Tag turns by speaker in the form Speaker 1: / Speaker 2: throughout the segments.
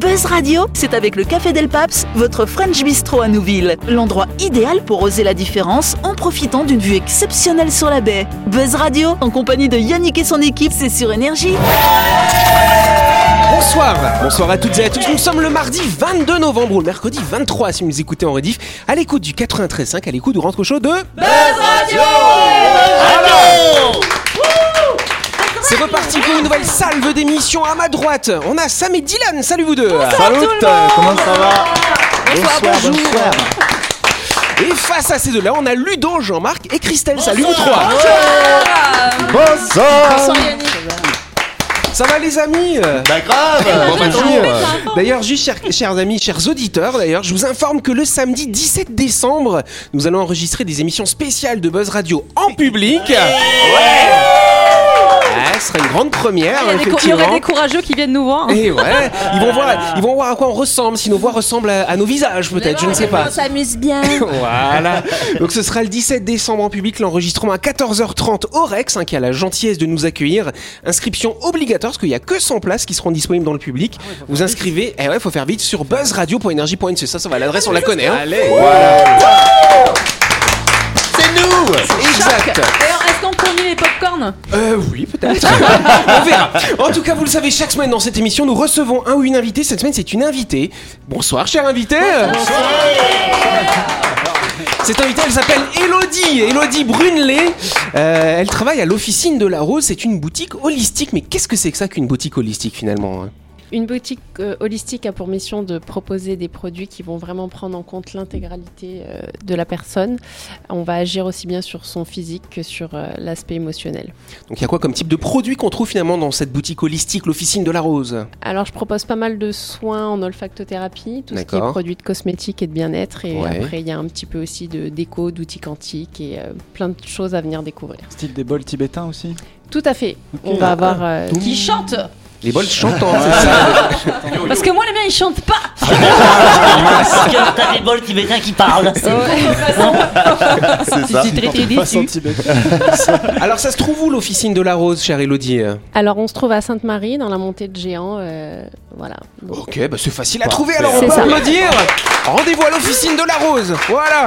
Speaker 1: Buzz Radio, c'est avec le Café Del Paps, votre French Bistro à Nouville. L'endroit idéal pour oser la différence en profitant d'une vue exceptionnelle sur la baie. Buzz Radio, en compagnie de Yannick et son équipe, c'est sur Énergie.
Speaker 2: Bonsoir Bonsoir à toutes et à tous, nous sommes le mardi 22 novembre ou le mercredi 23 si vous nous écoutez en rediff, à l'écoute du 93.5, à l'écoute du rentre chaud de... C'est reparti pour une nouvelle salve d'émission à ma droite, on a Sam et Dylan, salut vous deux
Speaker 3: Salut, comment ça va
Speaker 2: bonjour. Et face à ces deux-là, on a Ludo, Jean-Marc et Christelle, salut vous trois
Speaker 3: Bonsoir
Speaker 2: Ça va les amis
Speaker 3: Bah grave
Speaker 2: Bon, bah, tant mieux. D'ailleurs, juste chers, chers amis, chers auditeurs, d'ailleurs, je vous informe que le samedi 17 décembre, nous allons enregistrer des émissions spéciales de Buzz Radio en public. Ouais. Ah, ce sera une grande première,
Speaker 4: Ah,
Speaker 5: Il y, a des cou- il y
Speaker 2: effectivement.
Speaker 5: aurait des courageux qui viennent nous voir. hein.
Speaker 2: Et Eh ouais, ils vont voir, ils vont voir à quoi on ressemble, si nos voix ressemblent à, à nos visages peut-être, je ne sais pas.
Speaker 6: On s'amuse bien.
Speaker 2: Voilà. Donc ce sera le 17 décembre en public, l'enregistrement à 14h30 au Rex, hein, qui a la gentillesse de nous accueillir. Inscription obligatoire, parce qu'il n'y a que 100 places qui seront disponibles dans le public.
Speaker 6: Ah
Speaker 2: Vous inscrivez, eh ouais, faut faire vite sur buzzradio.energie.nc. Ça, ça va, l'adresse, on la connaît. hein.
Speaker 3: C'est nous
Speaker 2: Exact.
Speaker 5: D'ailleurs, est-ce qu'on conduit les popcorns
Speaker 2: Euh, oui, peut-être. on verra. En tout cas, vous le savez, chaque semaine dans cette émission, nous recevons un ou une invitée. Cette semaine, c'est une invitée. Bonsoir, chère invitée. Cette invitée, elle s'appelle Elodie, Elodie Brunelet. Euh, elle travaille à l'officine de la Rose. C'est une boutique holistique. Mais qu'est-ce que c'est que ça qu'une boutique holistique finalement hein
Speaker 7: Une boutique euh, holistique a pour mission de proposer des produits qui vont vraiment prendre en compte l'intégralité euh, de la personne. On va agir aussi bien sur son physique que sur euh, l'aspect émotionnel.
Speaker 2: Donc, il y a quoi comme type de produit qu'on trouve finalement dans cette boutique holistique, l'officine de la Rose
Speaker 7: Alors je propose pas mal de soins en olfactothérapie, tout ce qui est
Speaker 2: D'accord.
Speaker 7: produits de cosmétiques et de bien-être. Et
Speaker 2: Ouais.
Speaker 7: après il y a un petit peu aussi de déco, d'outils quantiques et euh, plein de choses à venir découvrir.
Speaker 3: Style des bols tibétains aussi
Speaker 7: Tout à fait. On
Speaker 4: Ah,
Speaker 7: va avoir... euh,
Speaker 4: Mmh.
Speaker 5: Qui chantent
Speaker 2: Les bols chantants, c'est ça
Speaker 5: Parce que moi, les miens, ils chantent pas
Speaker 4: Parce que t'as des bols tibétains qui parlent.
Speaker 3: C'est ça
Speaker 5: déçu.
Speaker 2: Alors, ça se trouve où l'officine de la Rose, chère Elodie
Speaker 7: Alors on se trouve à Sainte-Marie dans la montée de Géant. euh, voilà. Donc,
Speaker 2: Ok, bah c'est facile à trouver, alors on
Speaker 7: C'est
Speaker 2: peut
Speaker 7: ça.
Speaker 2: applaudir Rendez-vous à l'officine de la Rose, voilà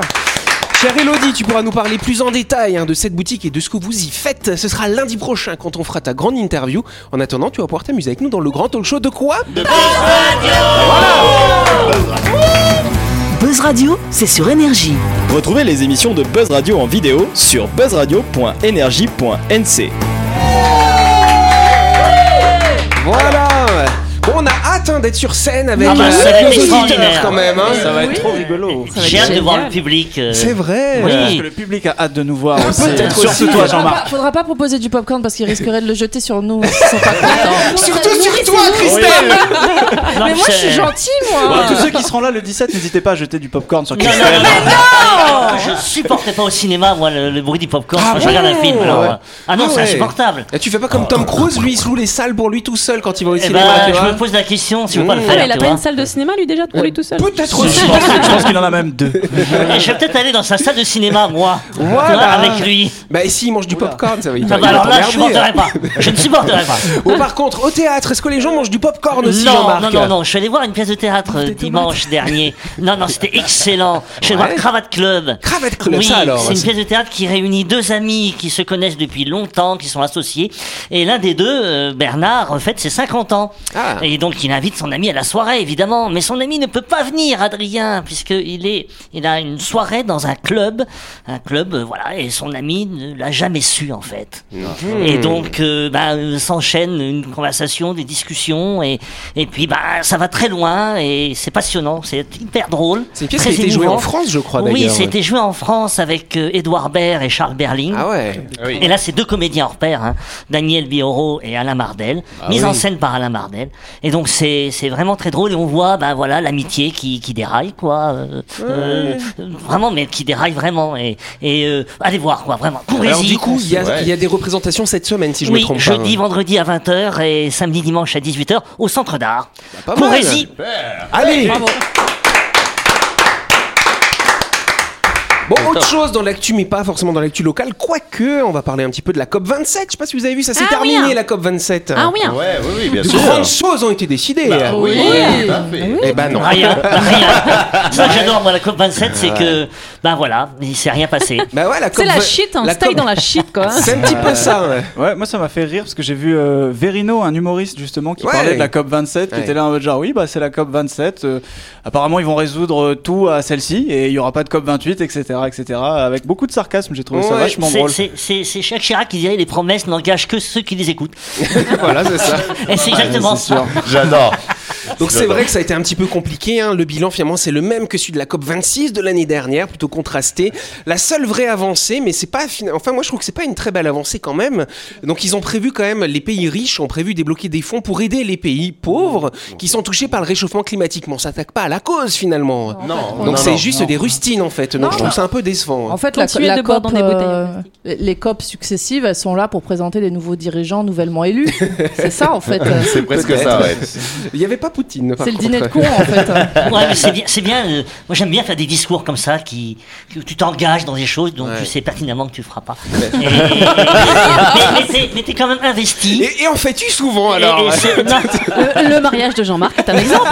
Speaker 2: Chère Elodie, tu pourras nous parler plus en détail hein, de cette boutique et de ce que vous y faites. Ce sera lundi prochain quand on fera ta grande interview. En attendant, tu vas pouvoir t'amuser avec nous dans le grand talk show de quoi
Speaker 1: Buzz Radio, c'est sur Énergie.
Speaker 8: Retrouvez les émissions de Buzz Radio en vidéo sur buzzradio.energie.nc.
Speaker 2: Voilà Bon, on a hâte hein, d'être sur scène avec,
Speaker 4: Ah bah,
Speaker 2: euh,
Speaker 4: ça va
Speaker 2: avec
Speaker 4: être
Speaker 2: nos auditeurs
Speaker 4: extraordinaire.
Speaker 2: quand même. hein.
Speaker 3: Ça va être trop
Speaker 7: va
Speaker 3: rigolo
Speaker 7: être
Speaker 4: J'ai hâte de
Speaker 7: génial.
Speaker 4: voir le public. euh,
Speaker 2: C'est vrai
Speaker 4: Oui.
Speaker 3: Parce que le public a hâte de nous voir aussi
Speaker 2: Peut-être aussi.
Speaker 3: Surtout toi Jean-Marc
Speaker 6: Faudra, pas proposer du popcorn parce qu'ils risqueraient de le jeter sur nous. Ils sont pas contents.
Speaker 2: Surtout sur toi, Christelle
Speaker 4: non,
Speaker 6: Mais moi, je suis
Speaker 4: c'est-
Speaker 6: gentille,
Speaker 3: Bon,
Speaker 6: moi.
Speaker 3: Tous ceux qui seront là le 17, n'hésitez pas à jeter du popcorn sur
Speaker 4: Non, non,
Speaker 3: Christelle
Speaker 4: non, non, Je supporterais pas au cinéma, moi, le, le bruit du popcorn
Speaker 2: Ah
Speaker 4: quand je regarde un
Speaker 2: bon
Speaker 4: film. alors,
Speaker 2: Ouais.
Speaker 4: euh, Ah non,
Speaker 2: Ah
Speaker 4: c'est
Speaker 2: ouais.
Speaker 4: insupportable.
Speaker 2: Et Tu fais pas comme Tom Cruise, lui, il se loue les salles pour lui tout seul quand il va au
Speaker 4: Eh
Speaker 2: cinéma.
Speaker 4: ben,
Speaker 2: tu
Speaker 4: je
Speaker 2: vois.
Speaker 4: me pose la question si vous
Speaker 2: Mmh.
Speaker 4: pas le
Speaker 5: Ah, mais
Speaker 2: Ah,
Speaker 5: il
Speaker 4: faire, tu
Speaker 5: a pas
Speaker 4: vois. Euh,
Speaker 5: une salle de cinéma, lui, déjà, pour lui tout seul
Speaker 2: Peut-être
Speaker 3: Je
Speaker 2: aussi.
Speaker 3: pense que- je pense qu'il en a même deux
Speaker 4: Et je vais peut-être aller dans sa salle de cinéma, moi. tu vois,
Speaker 2: Voilà.
Speaker 4: Avec lui.
Speaker 2: Bah, et s'il mange du popcorn, ça va il
Speaker 4: Ah
Speaker 2: va-
Speaker 4: bah,
Speaker 2: il va
Speaker 4: alors là, je
Speaker 2: t'emmerder.
Speaker 4: supporterai pas. Je ne supporterai pas.
Speaker 2: Bon, par contre, au théâtre, est-ce que les gens mangent du popcorn aussi,
Speaker 4: Non,
Speaker 2: Jean-Marc
Speaker 4: non, non, non, je suis allé voir une pièce de théâtre euh, dimanche dernier. Non, non, c'était excellent. Je suis allé
Speaker 2: Ouais.
Speaker 4: voir Cravate Club.
Speaker 2: Cravate Club,
Speaker 4: oui,
Speaker 2: ça alors.
Speaker 4: C'est une pièce de théâtre qui réunit deux amis qui se connaissent depuis longtemps, qui sont associés. Et l'un des deux, euh, Bernard, fête ses 50 ans.
Speaker 2: Ah.
Speaker 4: Et donc il invite son ami à la soirée, évidemment. Mais son ami ne peut pas venir, Adrien, puisqu'il est, il a une soirée dans un club. Un club, euh, voilà, et son ami ne l'a jamais su, en fait. Et donc, euh, bah, euh, s'enchaîne une conversation, des discussions, et, et puis bah, ça va très loin, et c'est passionnant, c'est hyper drôle.
Speaker 2: C'est une pièce
Speaker 4: très
Speaker 2: qui a été jouée
Speaker 4: émouvant.
Speaker 2: en France, je crois,
Speaker 4: Oui,
Speaker 2: d'ailleurs.
Speaker 4: c'était joué en France avec euh, Édouard Baird et Charles Berling.
Speaker 2: Ah ouais
Speaker 4: Et là, c'est deux comédiens hors pair, hein, Daniel Bioro et Alain Mardel,
Speaker 2: Ah
Speaker 4: mise en scène par Alain Mardel. Et donc, c'est c'est vraiment très drôle. Et on voit, ben voilà, l'amitié qui, qui déraille, quoi. euh, euh, vraiment, mais qui déraille vraiment. Et, et euh, allez voir, quoi, vraiment. Courez-y.
Speaker 2: Ah, Alors, du coup, il y, a- il y a des représentations cette semaine, si je
Speaker 4: oui,
Speaker 2: me trompe pas.
Speaker 4: jeudi, vendredi à 20h et samedi, dimanche à 18h au Centre d'Art.
Speaker 2: Bah, pas mal.
Speaker 4: Courez-y.
Speaker 2: Allez Bon, autre chose dans l'actu, mais pas forcément dans l'actu locale, quoique, on va parler un petit peu de la COP27. Je sais pas si vous avez vu, ça s'est
Speaker 5: Ah oui,
Speaker 2: terminé
Speaker 5: hein.
Speaker 2: la COP27.
Speaker 5: Ah oui, hein.
Speaker 9: Ouais, oui, oui, bien
Speaker 2: De
Speaker 9: sûr.
Speaker 2: grandes choses ont été décidées.
Speaker 4: Bah
Speaker 9: oui,
Speaker 5: Oui.
Speaker 9: tout à fait.
Speaker 2: Eh ben non.
Speaker 4: Rien, rien. Ça, j'adore, moi, la COP27, c'est que, ben voilà, il s'est rien passé.
Speaker 2: Bah ouais, la
Speaker 5: C'est la
Speaker 2: COP20
Speaker 5: shit, hein.
Speaker 2: la
Speaker 5: Style
Speaker 2: COP-
Speaker 5: dans la shit, quoi.
Speaker 2: C'est un petit peu ça. ouais.
Speaker 3: Ouais, moi ça m'a fait rire parce que j'ai vu euh, Verino, un humoriste justement, qui
Speaker 2: Ouais.
Speaker 3: parlait de la COP 27, qui
Speaker 2: Ouais.
Speaker 3: était là en mode genre oui, bah c'est la COP 27. euh, apparemment, ils vont résoudre euh, tout à celle-ci et il y aura pas de COP 28, etc., etc. Avec beaucoup de sarcasme, j'ai trouvé ça
Speaker 2: Ouais.
Speaker 3: vachement
Speaker 4: C'est-
Speaker 3: drôle.
Speaker 4: C'est c'est- c'est Jacques Chirac qui dirait les promesses n'engagent que ceux qui les écoutent.
Speaker 2: voilà, c'est ça.
Speaker 4: Et c'est exactement
Speaker 3: Ouais, c'est sûr.
Speaker 9: J'adore.
Speaker 2: Donc c'est vrai que ça a été un petit peu compliqué. hein. Le bilan finalement c'est le même que celui de la COP 26 de l'année dernière, plutôt contrasté. La seule vraie avancée, mais c'est pas fina- enfin moi je trouve que c'est pas une très belle avancée quand même. Donc ils ont prévu quand même les pays riches ont prévu débloquer des fonds pour aider les pays pauvres qui sont touchés par le réchauffement climatique. Mais on s'attaque pas à la cause finalement.
Speaker 9: Non, non,
Speaker 2: Donc c'est
Speaker 9: non.
Speaker 2: juste
Speaker 3: non.
Speaker 2: des rustines en fait. Donc je trouve ça un peu décevant.
Speaker 6: En
Speaker 2: hein.
Speaker 6: fait, la,
Speaker 5: Continuez
Speaker 6: la
Speaker 5: de boire
Speaker 6: COP,
Speaker 5: dans des bouteilles en
Speaker 6: euh, les COP successives, elles sont là pour présenter les nouveaux dirigeants nouvellement élus. c'est ça, en fait. euh,
Speaker 9: C'est presque ça, ouais.
Speaker 2: Il y avait pas Poutine. par
Speaker 6: C'est le
Speaker 2: contre.
Speaker 6: dîner de con, en fait.
Speaker 4: Ouais, mais c'est bien. c'est bien euh, moi, j'aime bien faire des discours comme ça, qui, que tu t'engages dans des choses dont
Speaker 2: Ouais.
Speaker 4: tu sais pertinemment que tu feras pas. Et- et- mais mais t'es- mais t'es quand même investi.
Speaker 2: Et, et en fais-tu souvent
Speaker 4: Et-
Speaker 2: alors
Speaker 4: et c'est- non,
Speaker 5: Le, le mariage de Jean-Marc est un exemple.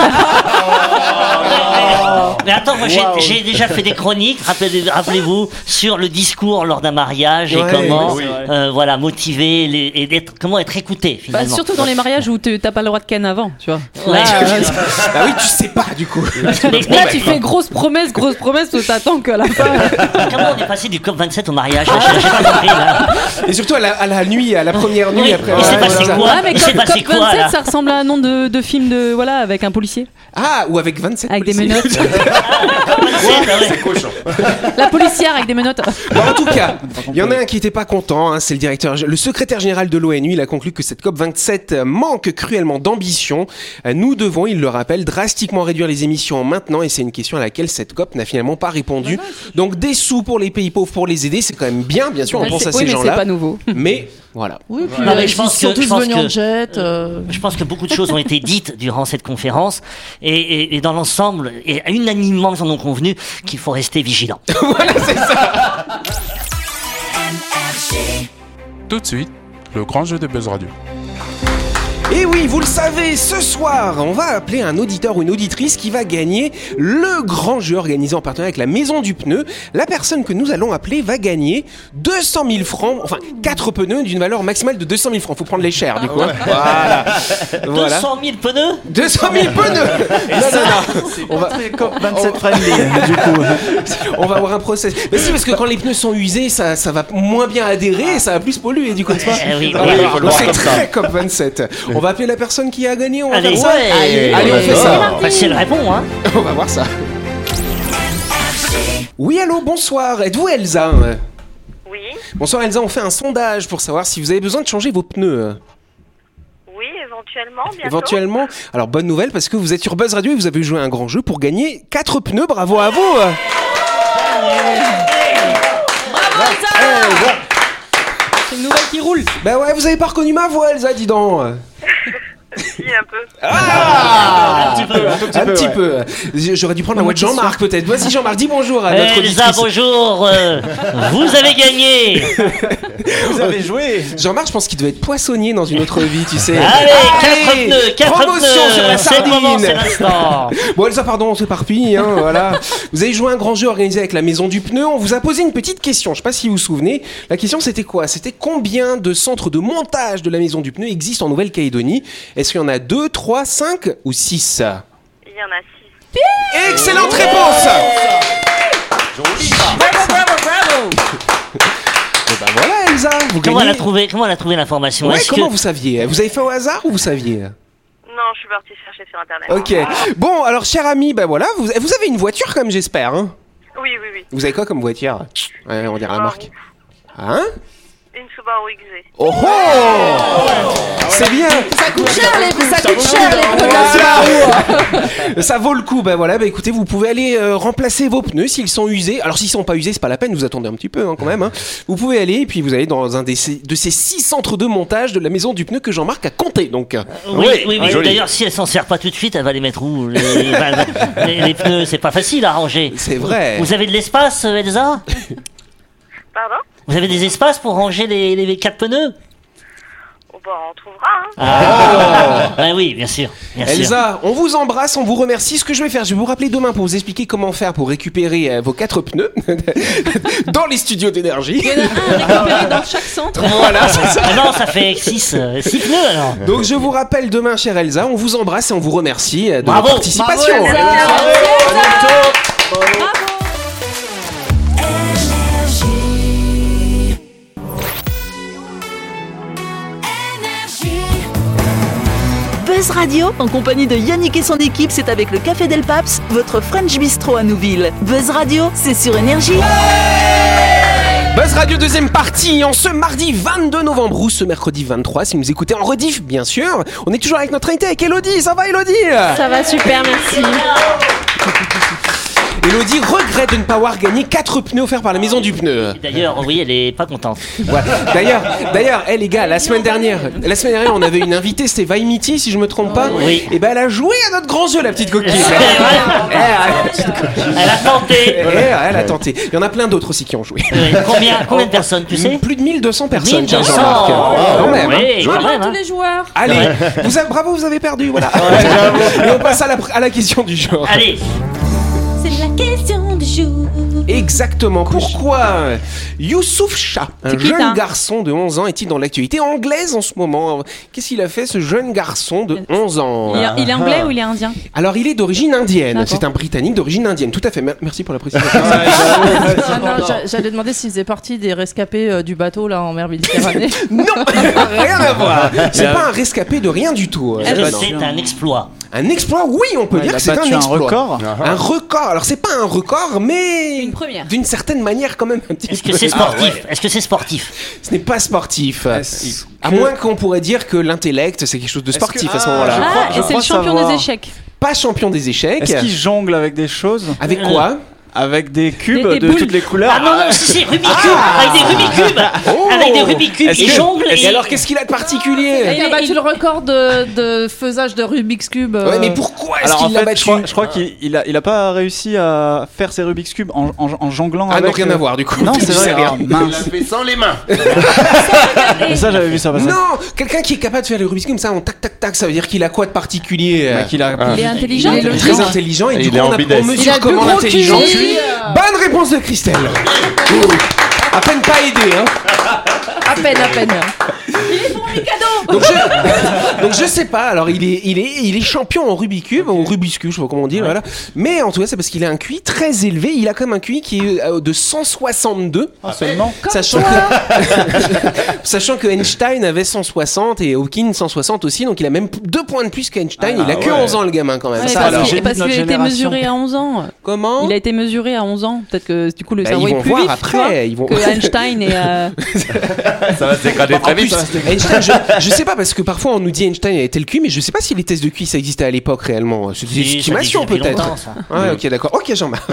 Speaker 4: mais attends, moi j'ai j'ai déjà fait des chroniques, rappelez- rappelez-vous, sur le discours lors d'un mariage
Speaker 2: Ouais,
Speaker 4: et comment
Speaker 9: oui.
Speaker 4: euh, voilà, motiver les, et être, comment être écouté
Speaker 5: Bah,
Speaker 4: finalement.
Speaker 5: surtout dans les mariages où tu- t'as pas le droit de ken avant, tu vois.
Speaker 4: Ouais.
Speaker 2: Ah oui, tu sais pas du coup.
Speaker 4: Mais
Speaker 5: Là, tu fais grosse promesse, grosse promesse, où t'attends que la fin.
Speaker 4: Comment on est passé du COP27 au mariage J'ai j'ai pas compris là.
Speaker 2: Et surtout à la, à la nuit, à la première nuit
Speaker 4: Oui,
Speaker 2: après.
Speaker 4: il s'est
Speaker 2: Ouais,
Speaker 4: passé
Speaker 2: voilà.
Speaker 4: quoi
Speaker 5: Ah, mais
Speaker 4: Il s'est
Speaker 5: comme
Speaker 4: passé quoi là
Speaker 5: 27, ça ressemble à un nom de, de film de. Voilà, avec un policier.
Speaker 2: Ah, ou avec 27
Speaker 5: Avec des
Speaker 2: policiers.
Speaker 5: menottes. La policière avec des menottes.
Speaker 2: Bon, en tout cas, il y en a un qui n'était pas content, hein, c'est le directeur, le secrétaire général de l'ONU, il a conclu que cette COP27 manque cruellement d'ambition. Euh, Nous devons, il le rappelle, drastiquement réduire les émissions maintenant et c'est une question à laquelle cette COP n'a finalement pas répondu.
Speaker 5: Bah
Speaker 2: Donc des sous pour les pays pauvres pour les aider, c'est quand même bien, bien sûr, on
Speaker 5: Ouais,
Speaker 2: pense
Speaker 5: Bah, c'est-
Speaker 2: à
Speaker 5: oui,
Speaker 2: ces
Speaker 5: mais c'est pas
Speaker 2: gens-là.
Speaker 5: nouveau.
Speaker 2: Mais voilà.
Speaker 6: Oui, puis
Speaker 4: Non,
Speaker 6: euh,
Speaker 4: mais
Speaker 6: ils
Speaker 4: je pense
Speaker 6: sont
Speaker 4: que- je
Speaker 6: tous
Speaker 4: pense
Speaker 6: venus
Speaker 4: que-
Speaker 6: en jet. euh,
Speaker 4: Je pense que beaucoup de choses ont été dites durant cette conférence et, et- et dans l'ensemble, et unanimement, nous en avons convenu qu'il faut rester vigilant.
Speaker 10: Tout de suite, le grand jeu de Buzz Radio.
Speaker 2: Et oui, vous le savez, ce soir, on va appeler un auditeur ou une auditrice qui va gagner le grand jeu organisé en partenariat avec la Maison du Pneu. La personne que nous allons appeler va gagner 200 000 francs, enfin 4 pneus d'une valeur maximale de 200 000 francs. Faut prendre les chers, du coup. hein. Voilà. voilà.
Speaker 4: 200 000 pneus
Speaker 2: 200 000 pneus Non, non, non. On va,
Speaker 3: COP 27 friendly, Oh. du coup.
Speaker 2: on va avoir un process. Mais si, parce que quand les pneus sont usés, ça, ça va moins bien adhérer et ça va plus polluer, du coup, n'est-ce pas
Speaker 4: Eh oui,
Speaker 2: Voilà.
Speaker 4: oui, oui,
Speaker 9: faut le voir
Speaker 2: C'est
Speaker 9: comme ça.
Speaker 2: très COP27. On va appeler la personne qui a gagné, on va
Speaker 4: Allez,
Speaker 2: faire ça.
Speaker 4: ouais.
Speaker 2: Allez, on fait ça.
Speaker 4: Bah, c'est le répond, hein
Speaker 2: On va voir ça. Oui, allô, bonsoir. Êtes-vous Elsa
Speaker 11: Oui,
Speaker 2: Bonsoir Elsa, on fait un sondage pour savoir si vous avez besoin de changer vos pneus.
Speaker 11: oui, éventuellement, bientôt.
Speaker 2: Éventuellement. Alors, bonne nouvelle parce que vous êtes sur Buzz Radio et vous avez joué à un grand jeu pour gagner 4 pneus. Bravo à vous
Speaker 5: C'est une nouvelle qui roule.
Speaker 2: Bah ouais, vous avez pas reconnu ma voix, Elsa, dis donc
Speaker 11: Si, un peu.
Speaker 4: Un
Speaker 2: Ah
Speaker 4: petit peu, un
Speaker 2: Un petit peu. J- J'aurais dû prendre la voix de Jean-Marc peut-être. Vas-y Jean-Marc, dis bonjour
Speaker 4: Eh,
Speaker 2: à Ah, notre
Speaker 4: Elsa,
Speaker 2: auditrice.
Speaker 4: bonjour euh, Vous avez gagné
Speaker 3: Vous avez joué
Speaker 2: Jean-Marc, je pense qu'il devait être poissonnier dans une autre vie, tu sais.
Speaker 4: Allez, 4
Speaker 2: Allez,
Speaker 4: pneus 4
Speaker 2: Promotion
Speaker 4: pneus
Speaker 2: sur la
Speaker 4: C'est le moment, c'est
Speaker 2: sardine
Speaker 4: l'instant
Speaker 2: Bon Elsa, pardon, on s'éparpille, hein, voilà. Vous avez joué à un grand jeu organisé avec la Maison du Pneu. On vous a posé une petite question, je sais pas si vous vous souvenez. La question c'était quoi C'était combien de centres de montage de la Maison du Pneu existent en Nouvelle-Calédonie Est-ce qu'il y en a 2, 3, 5 ou 6
Speaker 11: Il y en a six.
Speaker 2: Excellente réponse Eh ben voilà Elsa, vous
Speaker 4: Comment elle a
Speaker 2: gagnez.
Speaker 4: trouvé, comment elle a trouvé l'information
Speaker 2: Ouais,
Speaker 4: Est-ce que-
Speaker 2: comment vous saviez Vous avez fait au hasard ou vous saviez
Speaker 11: Non, je suis partie chercher sur Internet.
Speaker 2: Ok. Bon, alors cher ami, ben voilà, vous, vous avez une voiture comme j'espère. Hein
Speaker 11: Oui, oui, oui.
Speaker 2: vous avez quoi comme voiture Ouais, on dira la marque. Hein
Speaker 11: Une Subaru XZ. Ah
Speaker 2: Oh oh C'est bien
Speaker 5: Bah,
Speaker 6: Ça coûte cher, les, ça coûte cher,
Speaker 5: hein.
Speaker 6: les pneus.
Speaker 2: Ça vaut le coup, bah voilà, bah écoutez, vous pouvez aller euh, remplacer vos pneus s'ils sont usés. Alors s'ils sont pas usés, c'est pas la peine, vous attendez un petit peu hein, quand même. hein. Vous pouvez aller et puis vous allez dans un des, de ces six centres de montage de la maison du pneu que Jean-Marc a compté. Donc, euh,
Speaker 4: Oui, oui, oui.
Speaker 2: joli.
Speaker 4: D'ailleurs, si elle s'en sert pas tout de suite, elle va les mettre où les, les- les- les pneus, c'est pas facile à ranger.
Speaker 2: C'est vrai.
Speaker 4: Vous avez de l'espace, euh, Elsa
Speaker 11: Pardon
Speaker 4: Vous avez des espaces pour ranger les, les quatre pneus
Speaker 11: Oh, bah, on trouvera, hein.
Speaker 4: ah. Ah oui, bien sûr. Bien sûr.
Speaker 2: Elsa, on vous embrasse, on vous remercie. Ce que je vais faire, je vais vous rappeler demain pour vous expliquer comment faire pour récupérer euh, vos quatre pneus dans les studios d'énergie.
Speaker 5: Il y en a un récupéré dans chaque centre.
Speaker 2: voilà, c'est ça.
Speaker 4: Ah non, ça fait 6 pneus alors.
Speaker 2: Donc je vous rappelle demain, chère Elsa, on vous embrasse et on vous remercie euh, de
Speaker 4: Bravo.
Speaker 2: votre participation.
Speaker 6: Bravo, Elsa.
Speaker 1: Buzz Radio, en compagnie de Yannick et son équipe, c'est avec le Café Del Paps, votre French Bistro à Nouville. Buzz Radio, c'est sur Énergie.
Speaker 2: Buzz Radio deuxième partie en ce mardi 22 novembre ou ce mercredi 23 si vous écoutez en rediff bien sûr. On est toujours avec notre invité avec Elodie, ça va Elodie
Speaker 7: Ça va super, merci.
Speaker 2: Elodie regrette de ne pas avoir gagné 4 pneus offerts par la maison du pneu.
Speaker 4: Et D'ailleurs, oui, elle est pas contente.
Speaker 2: Ouais. D'ailleurs, d'ailleurs, eh, les gars, la semaine dernière, la semaine dernière, on avait une invitée, c'était Vaimiti si je me trompe pas.
Speaker 4: Oui.
Speaker 2: Et ben elle a joué à notre grand jeu la petite coquille. Eh,
Speaker 4: Elle a
Speaker 2: eh,
Speaker 4: tenté.
Speaker 2: eh, elle a tenté. Il y en a plein d'autres aussi qui ont joué.
Speaker 4: Oui, Combien, combien de personnes, tu sais
Speaker 2: Plus de 1200 personnes, tiens,
Speaker 4: 1200.
Speaker 2: Jean-Marc. Quand même, hein.
Speaker 4: Oh, Oui, quand même,
Speaker 5: Tous
Speaker 4: hein.
Speaker 5: les joueurs.
Speaker 2: Allez,
Speaker 4: Ouais.
Speaker 2: vous avez- bravo, vous avez perdu, voilà. Et on passe à la, à la question du jour.
Speaker 4: Allez,
Speaker 9: C'est la question du jour.
Speaker 2: Exactement. Pourquoi Youssouf Shah, un
Speaker 5: qui,
Speaker 2: jeune
Speaker 5: ça
Speaker 2: garçon de 11 ans, est-il dans l'actualité anglaise en ce moment Qu'est-ce qu'il a fait, ce jeune garçon de 11 ans
Speaker 5: Il est- Il est
Speaker 3: Ah.
Speaker 5: anglais ou il est indien
Speaker 2: Alors, il est d'origine indienne.
Speaker 5: D'accord.
Speaker 2: C'est un Britannique d'origine indienne. Tout à fait. Mer- Merci pour la précision.
Speaker 6: Ah, non, j'a- J'allais demander s'il faisait partie des rescapés euh, du bateau là en mer Méditerranée.
Speaker 2: non, rien à voir. C'est pas un rescapé de rien du tout.
Speaker 5: Eh
Speaker 4: Est-ce
Speaker 2: C'est
Speaker 5: ben.
Speaker 4: que
Speaker 2: pas-
Speaker 4: c'est un exploit.
Speaker 2: Un exploit, oui, on peut
Speaker 3: Ah, Il
Speaker 2: dire
Speaker 3: a
Speaker 2: que c'est
Speaker 3: battu
Speaker 2: un
Speaker 3: un
Speaker 2: exploit. Ah.
Speaker 3: record.
Speaker 2: Un record. Alors, c'est pas un record, mais
Speaker 5: Une première.
Speaker 2: d'une certaine manière, quand même, un petit
Speaker 4: Est-ce que
Speaker 2: peu.
Speaker 4: c'est sportif Est-ce que c'est sportif
Speaker 2: Ce n'est pas sportif.
Speaker 3: Est-ce
Speaker 2: À
Speaker 3: que-
Speaker 2: moins qu'on pourrait dire que l'intellect, c'est quelque chose de
Speaker 3: Est-ce que-
Speaker 2: sportif à ce
Speaker 3: Ah,
Speaker 2: moment-là.
Speaker 3: je crois-
Speaker 5: Ah,
Speaker 3: je
Speaker 5: et c'est le
Speaker 3: crois
Speaker 5: champion
Speaker 3: savoir.
Speaker 5: des échecs.
Speaker 2: Pas champion des échecs.
Speaker 3: Est-ce qu'il Ah. jongle avec des choses
Speaker 2: Avec quoi
Speaker 3: Avec des cubes
Speaker 5: Des- des
Speaker 3: de
Speaker 5: boules.
Speaker 3: toutes les couleurs
Speaker 4: Ah non, non, si, si, Rubik's Cube Avec des Rubik's Cube
Speaker 2: Ah. Oh
Speaker 4: Avec des Rubik's Cube,
Speaker 2: Est-ce
Speaker 4: il
Speaker 2: que-
Speaker 4: jongle
Speaker 2: Et
Speaker 4: et...
Speaker 2: alors, qu'est-ce qu'il a de particulier
Speaker 6: Il a
Speaker 5: Il-
Speaker 6: battu
Speaker 5: il-
Speaker 6: le record de, de faisage de Rubik's Cube. euh,
Speaker 2: Ouais, mais pourquoi est-ce
Speaker 3: Alors en
Speaker 2: qu'il l'a
Speaker 3: fait, je
Speaker 2: battu Euh.
Speaker 3: crois, je crois qu'il il a, il a pas réussi à faire ses Rubik's Cube en, en- en jonglant
Speaker 2: Ah
Speaker 3: avec...
Speaker 2: non, rien
Speaker 3: euh,
Speaker 2: à voir du coup.
Speaker 3: Non,
Speaker 2: Je
Speaker 3: c'est
Speaker 2: sais
Speaker 3: vrai,
Speaker 2: rien.
Speaker 3: ah, mince.
Speaker 8: fait sans les mains.
Speaker 3: Mais ça, j'avais vu ça passer.
Speaker 2: Non, quelqu'un qui est capable de faire le Rubik's Cube ça en tac tac tac, ça veut dire qu'il a quoi de particulier euh,
Speaker 3: Bah, qu'il a...
Speaker 5: Il est intelligent.
Speaker 6: il est logique.
Speaker 2: Très intelligent et
Speaker 8: Il
Speaker 2: du coup
Speaker 8: est
Speaker 2: on, a-
Speaker 8: ambidestre.
Speaker 2: on
Speaker 6: Il a
Speaker 2: mesure
Speaker 6: le plus
Speaker 2: comment
Speaker 6: gros QI.
Speaker 2: l'intelligence. Bonne réponse de Christelle. Ouh. À peine pas aidé, hein.
Speaker 6: À peine, à peine.
Speaker 2: Donc je, donc je sais pas. Alors il est, il est, il est champion en Rubik's Cube, en Rubik's Cube, je sais pas comment on dit, voilà. Mais en tout cas, c'est parce qu'il a un QI très élevé. Il a quand même un QI qui est euh, de 162.
Speaker 3: Ah, seulement
Speaker 2: Sachant que, sachant que Einstein avait 160 et Hawking 160 aussi, donc il a même p- deux points de plus qu'Einstein.
Speaker 8: Ah,
Speaker 2: il a que
Speaker 8: ouais.
Speaker 2: 11 ans le gamin quand même.
Speaker 5: Ouais,
Speaker 2: Ça,
Speaker 3: parce
Speaker 2: alors.
Speaker 3: que-
Speaker 5: qu'il-
Speaker 3: Génie de
Speaker 5: parce qu'il
Speaker 3: notre
Speaker 5: a été
Speaker 3: génération.
Speaker 5: mesuré à 11 ans.
Speaker 2: Comment
Speaker 5: Il
Speaker 6: Hein
Speaker 5: a été mesuré à 11 ans. Peut-être que du coup le
Speaker 2: Bah,
Speaker 5: cerveau
Speaker 2: Ils
Speaker 5: est
Speaker 2: vont
Speaker 5: plus
Speaker 2: voir
Speaker 5: vite tu vois,
Speaker 2: après. Ils vont.
Speaker 5: que Einstein et euh,
Speaker 8: Ça va se dégrader
Speaker 2: En
Speaker 8: très
Speaker 2: plus,
Speaker 8: vite.
Speaker 2: Einstein, je, je sais pas parce que parfois on nous dit Einstein avait tel QI, mais je sais pas si les tests de QI ça existait à l'époque réellement. C'est
Speaker 4: Si,
Speaker 2: des
Speaker 4: ça
Speaker 2: estimations
Speaker 4: existe depuis
Speaker 2: peut-être. Ah,
Speaker 4: longtemps, ça.
Speaker 2: Ouais, ok, d'accord. Ok, Jean-Marc.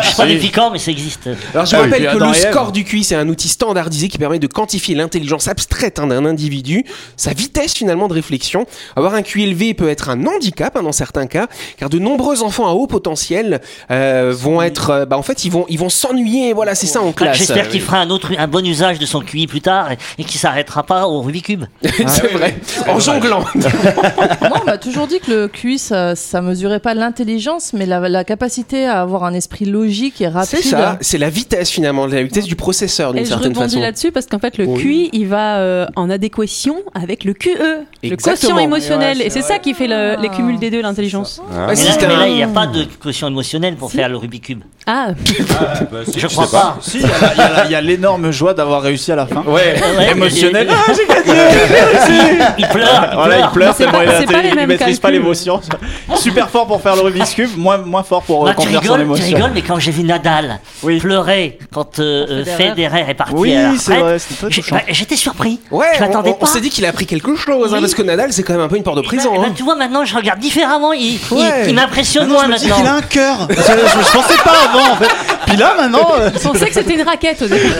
Speaker 4: Je suis pas déficant, mais ça existe.
Speaker 2: Alors je
Speaker 3: Ah oui,
Speaker 2: rappelle
Speaker 3: puis
Speaker 2: que
Speaker 3: dans
Speaker 2: le
Speaker 3: les rêves.
Speaker 2: score du QI, c'est un outil standardisé qui permet de quantifier l'intelligence abstraite hein, d'un individu, sa vitesse finalement de réflexion. Avoir un QI élevé peut être un handicap hein, dans certains cas, car de nombreux enfants à haut potentiel euh, vont être, euh, bah en fait ils vont ils vont s'ennuyer. Voilà, c'est ça en
Speaker 4: Ah,
Speaker 2: classe. Euh,
Speaker 4: J'espère qu'il fera un, autre, un bon usage de son QI plus tard et, et qu'il s'arrêtera pas au Rubik's Cube.
Speaker 2: Ah, c'est vrai. En jonglant.
Speaker 6: Moi, on m'a toujours dit que le QI, ça, ça mesurait pas l'intelligence, mais la, la capacité à avoir un esprit logique et rapide.
Speaker 2: C'est ça. C'est la vitesse finalement, la vitesse du processeur
Speaker 5: Ah, et
Speaker 2: d'une
Speaker 5: je
Speaker 2: certaine
Speaker 5: rebondis
Speaker 2: façon.
Speaker 5: là-dessus parce qu'en fait le
Speaker 2: Oui.
Speaker 5: QI il va euh, en adéquation avec le QE, le
Speaker 2: Exactement.
Speaker 5: quotient émotionnel
Speaker 3: Et ouais,
Speaker 5: et c'est
Speaker 3: c'est
Speaker 5: ça qui fait le-
Speaker 6: Ah.
Speaker 5: les cumul des deux l'intelligence.
Speaker 2: Ouais,
Speaker 4: Mais
Speaker 2: Ah, c'est
Speaker 4: là,
Speaker 2: un-
Speaker 4: mais là, il n'y a pas de quotient émotionnel pour faire le Rubik's Cube.
Speaker 7: Ah
Speaker 4: Je crois pas.
Speaker 3: Si, il y a la- il y a la- il y a l'énorme joie d'avoir réussi à la fin.
Speaker 8: Ouais,
Speaker 4: Ouais,
Speaker 3: émotionnel.
Speaker 4: il-
Speaker 3: Ah, j'ai gagné, j'ai réussi.
Speaker 4: Il pleure.
Speaker 3: Voilà, il pleure
Speaker 5: Mais c'est
Speaker 3: tellement
Speaker 5: pas-
Speaker 3: il, est
Speaker 5: c'est pas les
Speaker 3: intelligent, il
Speaker 5: mêmes
Speaker 3: maîtrise pas
Speaker 5: calculs.
Speaker 3: l'émotion. Super fort pour faire le Rubik's Cube, moins, moins fort pour euh,
Speaker 4: Bah, tu,
Speaker 3: contenir son
Speaker 4: rigoles, tu
Speaker 3: émotion.
Speaker 4: rigoles, mais quand j'ai vu Nadal pleurer quand euh, euh,
Speaker 3: Federer.
Speaker 4: Federer est parti
Speaker 3: Oui,
Speaker 4: à la
Speaker 3: c'est
Speaker 4: retraite,
Speaker 3: vrai, c'était très
Speaker 4: j'ai-
Speaker 3: touchant.
Speaker 4: bah, j'étais surpris.
Speaker 2: Ouais,
Speaker 4: je
Speaker 2: on-
Speaker 4: m'attendais
Speaker 2: on, on
Speaker 4: pas.
Speaker 2: s'est dit qu'il a appris quelque chose, hein,
Speaker 4: Oui.
Speaker 2: parce que Nadal, c'est quand même un peu une porte de prison.
Speaker 4: Eh ben,
Speaker 2: hein.
Speaker 4: tu vois, maintenant, je regarde différemment. Il, il-
Speaker 2: Ouais.
Speaker 4: il m'impressionne
Speaker 3: Maintenant,
Speaker 4: moins
Speaker 3: je me dis
Speaker 4: maintenant.
Speaker 3: qu'il a un cœur. je, je- je pensais pas avant, en fait. Puis là,
Speaker 2: Oh,
Speaker 3: maintenant. euh,
Speaker 5: Je pensais que c'était une raquette au début.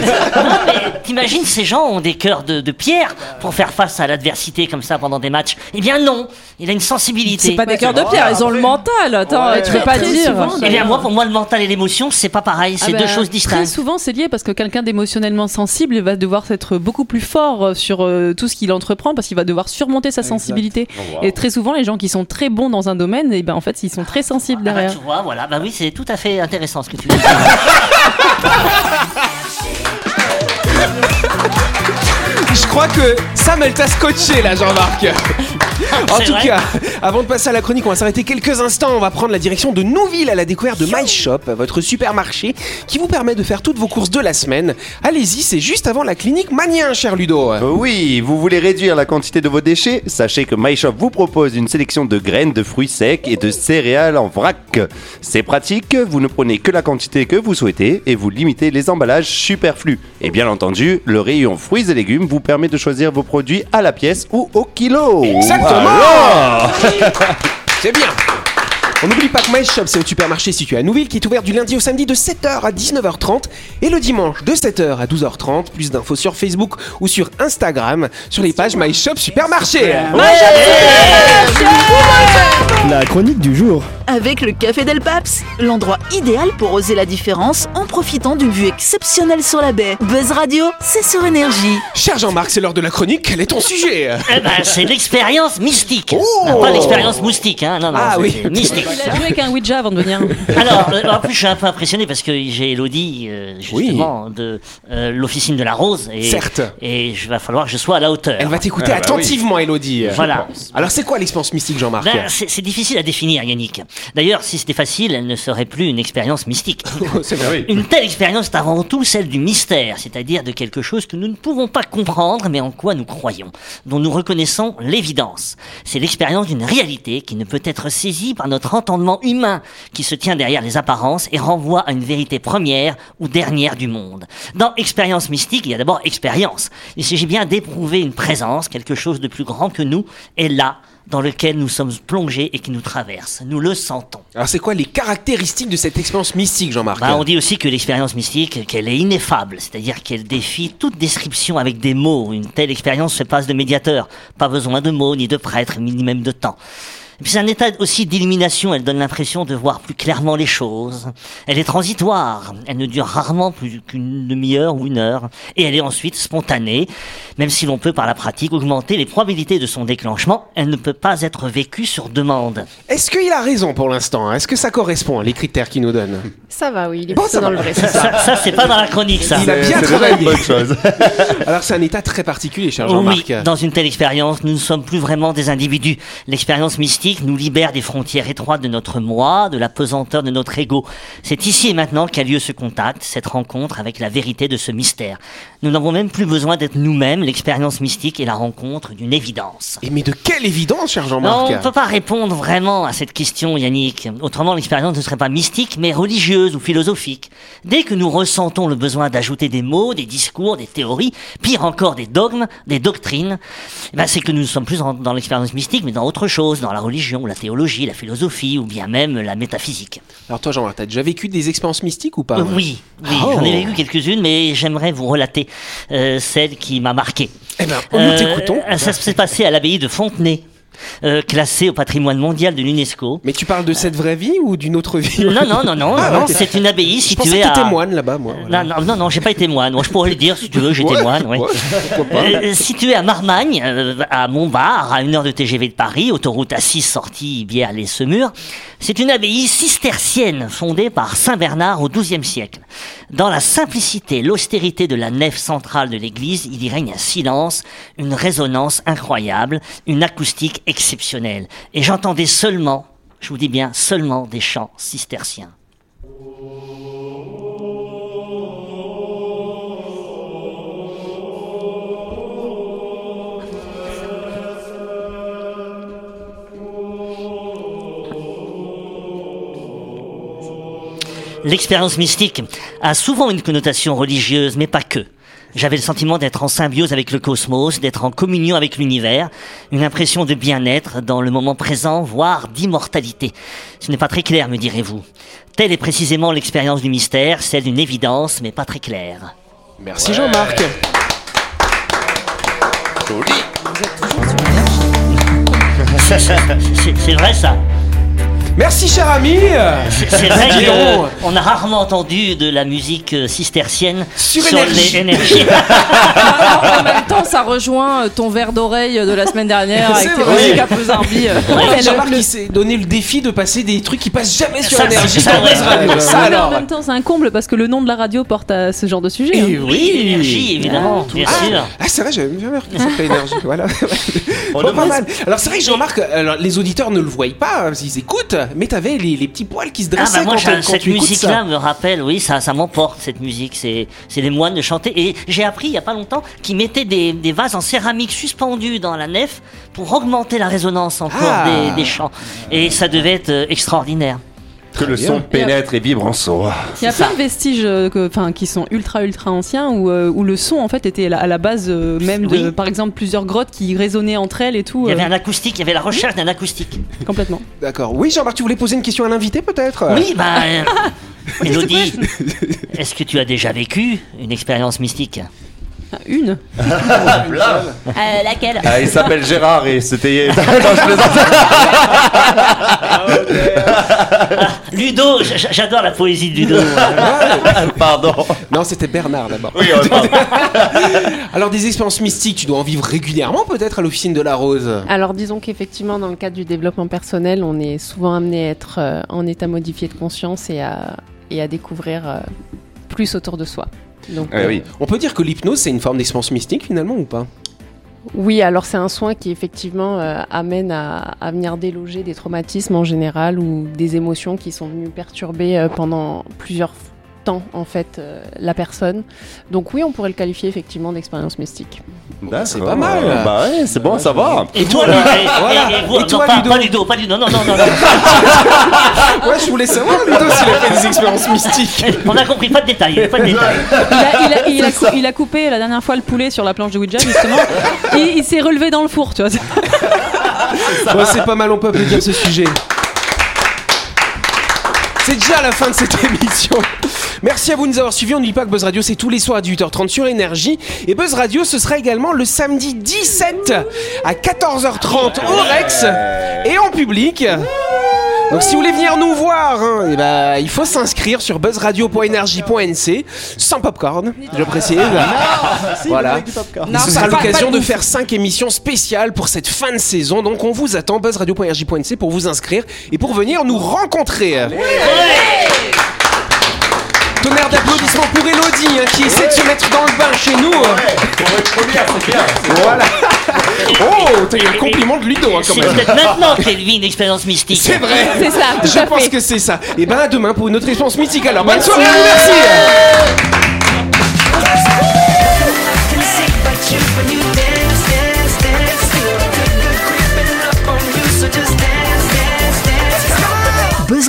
Speaker 4: T'imagines, ces gens ont des cœurs de, de pierre pour faire face à l'adversité comme ça pendant des matchs. Eh bien, non. Il a une sensibilité.
Speaker 5: C'est pas des cœurs de pierre, ils ont le mental. Attends,
Speaker 6: euh,
Speaker 3: Ouais.
Speaker 5: tu peux
Speaker 3: Très,
Speaker 5: pas
Speaker 4: très
Speaker 5: dire.
Speaker 4: souvent,
Speaker 6: Ah
Speaker 4: Eh
Speaker 6: bah,
Speaker 4: bien, moi, pour moi, le mental et l'émotion, c'est pas pareil. C'est
Speaker 5: Ah bah,
Speaker 4: deux choses
Speaker 5: Très
Speaker 4: distinctes.
Speaker 5: souvent, c'est lié parce que quelqu'un d'émotionnellement sensible va devoir être beaucoup plus fort euh, sur euh, tout ce qu'il entreprend parce qu'il va devoir surmonter sa sensibilité.
Speaker 4: Oh, wow.
Speaker 5: Et très souvent, les gens qui sont très bons dans un domaine, et ben, en fait, ils sont très sensibles
Speaker 4: Ah bah,
Speaker 5: derrière.
Speaker 4: tu vois, voilà. Bah oui, c'est tout à fait intéressant ce que tu dis.
Speaker 2: Je crois que Sam, elle t'a scotché là, Jean-Marc. En
Speaker 4: C'est
Speaker 2: tout
Speaker 4: vrai.
Speaker 2: cas, avant de passer à la chronique, on va s'arrêter quelques instants. On va prendre la direction de Nouville à la découverte de My Shop, votre supermarché qui vous permet de faire toutes vos courses de la semaine. Allez-y, c'est juste avant la clinique Manien, cher Ludo.
Speaker 8: Euh, Oui, vous voulez réduire la quantité de vos déchets Sachez que MyShop vous propose une sélection de graines, de fruits secs et de céréales en vrac. C'est pratique, vous ne prenez que la quantité que vous souhaitez et vous limitez les emballages superflus. Et bien entendu, le rayon fruits et légumes vous permet de choisir vos produits à la pièce ou au kilo.
Speaker 2: Exactement.
Speaker 8: Voilà.
Speaker 2: C'est bien. On n'oublie pas que My Shop, c'est un supermarché situé à Nouville qui est ouvert du lundi au samedi de 7h à 19h30 et le dimanche de 7h à 12h30. Plus d'infos sur Facebook ou sur Instagram sur les pages My Shop Supermarché.
Speaker 12: La chronique du jour.
Speaker 1: Avec le Café Del Paps, l'endroit idéal pour oser la différence en profitant d'une vue exceptionnelle sur la baie. Buzz Radio, c'est sur énergie.
Speaker 2: Cher Jean-Marc, c'est l'heure de la chronique. Quel est ton sujet
Speaker 4: Eh ben, c'est l'expérience mystique. Pas l'expérience moustique, hein. Non, non,
Speaker 2: Ah
Speaker 4: c'est
Speaker 2: oui.
Speaker 4: mystique.
Speaker 5: Il a joué avec un Ouija avant de venir.
Speaker 4: Alors, euh, en plus, je suis un peu impressionné parce que j'ai Elodie, euh, justement, de euh, l'officine de la Rose. Et,
Speaker 2: Certes.
Speaker 4: Et il va falloir que je sois à la hauteur.
Speaker 2: Elle va t'écouter
Speaker 4: Ah bah oui.
Speaker 2: attentivement, Elodie.
Speaker 4: Voilà.
Speaker 2: Alors, c'est quoi l'expérience mystique, Jean-Marc
Speaker 4: Ben, c'est c'est difficile à définir, Yannick. D'ailleurs, si c'était facile, elle ne serait plus une expérience mystique.
Speaker 2: C'est vrai.
Speaker 4: Une telle expérience est avant tout celle du mystère, c'est-à-dire de quelque chose que nous ne pouvons pas comprendre, mais en quoi nous croyons, dont nous reconnaissons l'évidence. C'est l'expérience d'une réalité qui ne peut être saisie par notre entendement humain, qui se tient derrière les apparences et renvoie à une vérité première ou dernière du monde. Dans expérience mystique, il y a d'abord expérience. Il s'agit bien d'éprouver une présence, quelque chose de plus grand que nous, est là, dans lequel nous sommes plongés et qui nous traverse. Nous le sentons.
Speaker 2: Alors, c'est quoi les caractéristiques de cette expérience mystique, Jean-Marc
Speaker 4: Bah, on dit aussi que l'expérience mystique, qu'elle est ineffable, c'est-à-dire qu'elle défie toute description avec des mots. Une telle expérience se passe de médiateur. Pas besoin de mots, ni de prêtre, ni même de temps. Et puis c'est un état aussi d'illumination, elle donne l'impression de voir plus clairement les choses. Elle est transitoire, elle ne dure rarement plus qu'une demi-heure ou une heure, et elle est ensuite spontanée. Même si l'on peut par la pratique augmenter les probabilités de son déclenchement, elle ne peut pas être vécue sur demande.
Speaker 2: Est-ce qu'il a raison pour l'instant hein Est-ce que ça correspond à les critères qu'il nous donne
Speaker 7: Ça va, oui, il est plutôt dans le vrai.
Speaker 4: Ça, ça, c'est pas dans la chronique, ça.
Speaker 2: Il a bien
Speaker 8: C'est déjà
Speaker 2: travaillé.
Speaker 8: une bonne chose.
Speaker 2: Alors, c'est un état très particulier, cher
Speaker 4: Oui,
Speaker 2: Jean-Marc.
Speaker 4: dans une telle expérience, nous ne sommes plus vraiment des individus. L'expérience mystique nous libère des frontières étroites de notre moi, de la pesanteur de notre ego. C'est ici et maintenant qu'a lieu ce contact, cette rencontre avec la vérité de ce mystère. Nous n'avons même plus besoin d'être nous-mêmes. L'expérience mystique est la rencontre d'une évidence.
Speaker 2: Et mais de quelle évidence, cher
Speaker 4: Non,
Speaker 2: Jean-Marc
Speaker 4: on ne peut pas répondre vraiment à cette question, Yannick. Autrement, l'expérience ne serait pas mystique, mais religieuse ou philosophique. Dès que nous ressentons le besoin d'ajouter des mots, des discours, des théories, pire encore des dogmes, des doctrines, eh ben, c'est que nous ne sommes plus en- dans l'expérience mystique, mais dans autre chose, dans la religion, la théologie, la philosophie ou bien même la métaphysique.
Speaker 2: Alors, toi, Jean-Marc, t'as déjà vécu des expériences mystiques ou pas Ah, oh.
Speaker 4: Euh, oui, oui, j'en ai vécu quelques-unes, mais j'aimerais vous relater euh, celle qui m'a marqué.
Speaker 2: Eh ben, nous
Speaker 4: Euh,
Speaker 2: t'écoutons.
Speaker 4: Ça s'est passé à l'abbaye de Fontenay. euh, classée au patrimoine mondial de l'UNESCO.
Speaker 2: Mais tu parles de cette vraie vie ou d'une autre vie
Speaker 4: Non, non, non, non,
Speaker 2: Ah,
Speaker 4: non,
Speaker 2: ok.
Speaker 4: c'est une abbaye
Speaker 2: Je pensais
Speaker 4: située
Speaker 2: que
Speaker 4: à.
Speaker 2: t'étais moine là-bas, moi.
Speaker 4: Non, non, non, non, j'ai pas été moine. Moi, je pourrais le dire si tu veux, j'étais
Speaker 2: Ouais,
Speaker 4: moine. Oui.
Speaker 2: ouais, pourquoi pas.
Speaker 4: Euh, située à Marmagne, euh, à Montbard, à une heure de TGV de Paris, autoroute A6 sortie bière les semur c'est une abbaye cistercienne fondée par Saint Bernard au XIIe siècle. Dans la simplicité, l'austérité de la nef centrale de l'église, il y règne un silence, une résonance incroyable, une acoustique exceptionnelle. Et j'entendais seulement, je vous dis bien, seulement des chants cisterciens. L'expérience mystique a souvent une connotation religieuse, mais pas que. J'avais le sentiment d'être en symbiose avec le cosmos, d'être en communion avec l'univers, une impression de bien-être dans le moment présent, voire d'immortalité. Ce n'est pas très clair, me direz-vous. Telle est précisément l'expérience du mystère, celle d'une évidence, mais pas très claire.
Speaker 2: Merci Jean-Marc.
Speaker 8: Joli.
Speaker 4: Ça, ça, c'est c'est vrai ça.
Speaker 2: Merci cher ami.
Speaker 4: C'est c'est vrai
Speaker 2: Dis donc.
Speaker 4: qu'on a rarement entendu de la musique euh, cistercienne
Speaker 2: Sur
Speaker 6: Énergie.
Speaker 4: les énergies.
Speaker 6: En même temps, ça rejoint euh, ton verre d'oreille de la semaine dernière avec
Speaker 2: C'est
Speaker 6: tes
Speaker 2: vrai.
Speaker 6: musiques à peu zarbi, euh.
Speaker 2: Ouais,
Speaker 6: Ouais,
Speaker 2: Jean-Marc il s'est donné le défi de passer des trucs qui passent jamais sur
Speaker 4: Ça,
Speaker 2: énergie.
Speaker 4: ça,
Speaker 2: sur
Speaker 4: ouais.
Speaker 2: Buzz Radio.
Speaker 4: Ouais,
Speaker 5: mais en
Speaker 2: Ça Ah, bah, alors.
Speaker 5: même temps, c'est un comble parce que le nom de la radio porte à ce genre de sujet.
Speaker 2: Et
Speaker 5: hein.
Speaker 4: Oui, l'énergie, évidemment, bien sûr.
Speaker 2: Ah c'est vrai, j'avais bien remarqué que ça s'appelait énergie. Voilà.
Speaker 4: On
Speaker 2: Bon, pas
Speaker 4: demande-
Speaker 2: mal. Alors c'est vrai que Jean-Marc, alors, les auditeurs ne le voient pas, hein, ils écoutent, mais t'avais les, les petits poils qui se
Speaker 4: Ah
Speaker 2: dressaient
Speaker 4: bah moi
Speaker 2: quand,
Speaker 4: j'ai-
Speaker 2: quand
Speaker 4: cette
Speaker 2: tu écoutes
Speaker 4: musique-là
Speaker 2: ça.
Speaker 4: me rappelle, oui, ça, ça m'emporte cette musique. C'est, c'est les moines de chanter. Et j'ai appris il y a pas longtemps qu'ils mettaient des, des vases en céramique suspendus dans la nef pour augmenter la résonance encore
Speaker 2: Ah.
Speaker 4: des, des chants. Et ça devait être euh, extraordinaire.
Speaker 8: Que le son pénètre et vibre en soi.
Speaker 5: Il y a
Speaker 4: C'est
Speaker 5: plein de vestiges euh, que- 'fin, qui sont ultra ultra anciens où, euh, où le son en fait était à la, à la base euh, même de
Speaker 4: Oui.
Speaker 5: par exemple plusieurs grottes qui résonnaient entre elles et tout
Speaker 4: Il y avait
Speaker 5: euh,
Speaker 4: un acoustique, il y avait la recherche d'un acoustique.
Speaker 5: complètement.
Speaker 2: D'accord. Oui Jean-Marc, tu voulais poser une question à l'invité peut-être
Speaker 4: Oui, bah. euh, Elodie, est-ce que tu as déjà vécu une expérience mystique
Speaker 5: Ah, une.
Speaker 9: Euh, laquelle
Speaker 8: Ah, il s'appelle Gérard et c'était.
Speaker 4: Ludo, j- j- j'adore la poésie de Ludo.
Speaker 8: Pardon.
Speaker 2: Non, c'était Bernard d'abord.
Speaker 8: Oui, euh, pardon.
Speaker 2: Alors des expériences mystiques, tu dois en vivre régulièrement peut-être à l'officine de la Rose.
Speaker 7: Alors disons qu'effectivement, dans le cadre du développement personnel, on est souvent amené à être euh, en état modifié de conscience et à, et à découvrir euh, plus autour de soi. Donc,
Speaker 8: Ouais, oui.
Speaker 2: On peut dire que l'hypnose c'est une forme d'expérience mystique finalement ou pas
Speaker 7: euh, Oui, alors c'est un soin qui effectivement euh, amène à, à venir déloger des traumatismes en général ou des émotions qui sont venues perturber euh, pendant plusieurs f- temps en fait euh, la personne. Donc oui, on pourrait le qualifier effectivement d'expérience mystique.
Speaker 2: c'est pas mal.
Speaker 8: Bah ouais, c'est bon, ça va.
Speaker 4: Et toi, Ludo, et, et- et-
Speaker 2: Et
Speaker 4: non,
Speaker 2: toi,
Speaker 4: pas,
Speaker 2: Ludo
Speaker 4: pas Ludo, pas Ludo, non, non, non, non.
Speaker 2: Ouais, je voulais savoir Ludo s'il a fait des expériences mystiques.
Speaker 4: On a compris, pas de détails, pas de détails.
Speaker 5: Il a, il a- il a cou- il a coupé la dernière fois le poulet sur la planche de Ouija justement. il il s'est relevé dans le four, tu vois.
Speaker 2: Bon, c'est pas mal, on peut applaudir ce sujet. C'est déjà la fin de cette émission. Merci à vous de nous avoir suivis. On n'oublie pas que Buzz Radio, c'est tous les soirs à 18h30 sur Énergie. Et Buzz Radio, ce sera également le samedi 17 à 14h30 au Rex et en public. Donc si vous voulez venir nous voir, hein, eh ben, il faut s'inscrire sur buzzradio.energie.nc sans popcorn, je précise. Voilà. Et ce sera l'occasion de faire 5 émissions spéciales pour cette fin de saison. Donc on vous attend, buzzradio.rj.nc pour vous inscrire et pour venir nous rencontrer. Tonnerre d'applaudissements pour Elodie hein, qui essaie de se mettre dans le bain chez nous. hein. Voilà. Oh, t'as eu un compliment de Ludo hein, quand
Speaker 4: C'est
Speaker 2: même.
Speaker 4: peut-être maintenant qu'elle vit une expérience mystique.
Speaker 2: C'est vrai.
Speaker 5: C'est ça, tout
Speaker 2: Je
Speaker 5: à
Speaker 2: pense
Speaker 5: fait.
Speaker 2: que c'est ça. Et ben à demain pour une autre réponse mythique. Alors bonne soirée, merci.
Speaker 1: Buzz